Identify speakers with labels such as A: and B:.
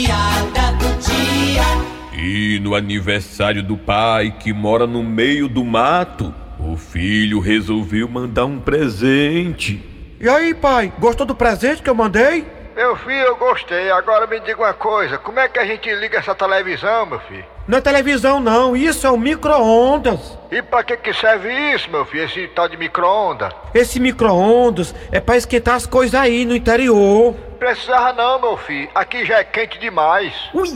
A: piada do dia.
B: E no aniversário do pai que mora no meio do mato, o filho resolveu mandar um presente.
C: E aí, pai, gostou do presente que eu mandei?
D: Meu filho, eu gostei. Agora me diga uma coisa: como é que a gente liga essa televisão, meu filho?
C: Não é televisão, não. Isso é um micro-ondas.
D: E pra que, que serve isso, meu filho? Esse tal de micro-onda?
C: Esse micro-ondas é pra esquentar as coisas aí no interior.
D: Precisava não, meu filho. Aqui já é quente demais.
C: Ui!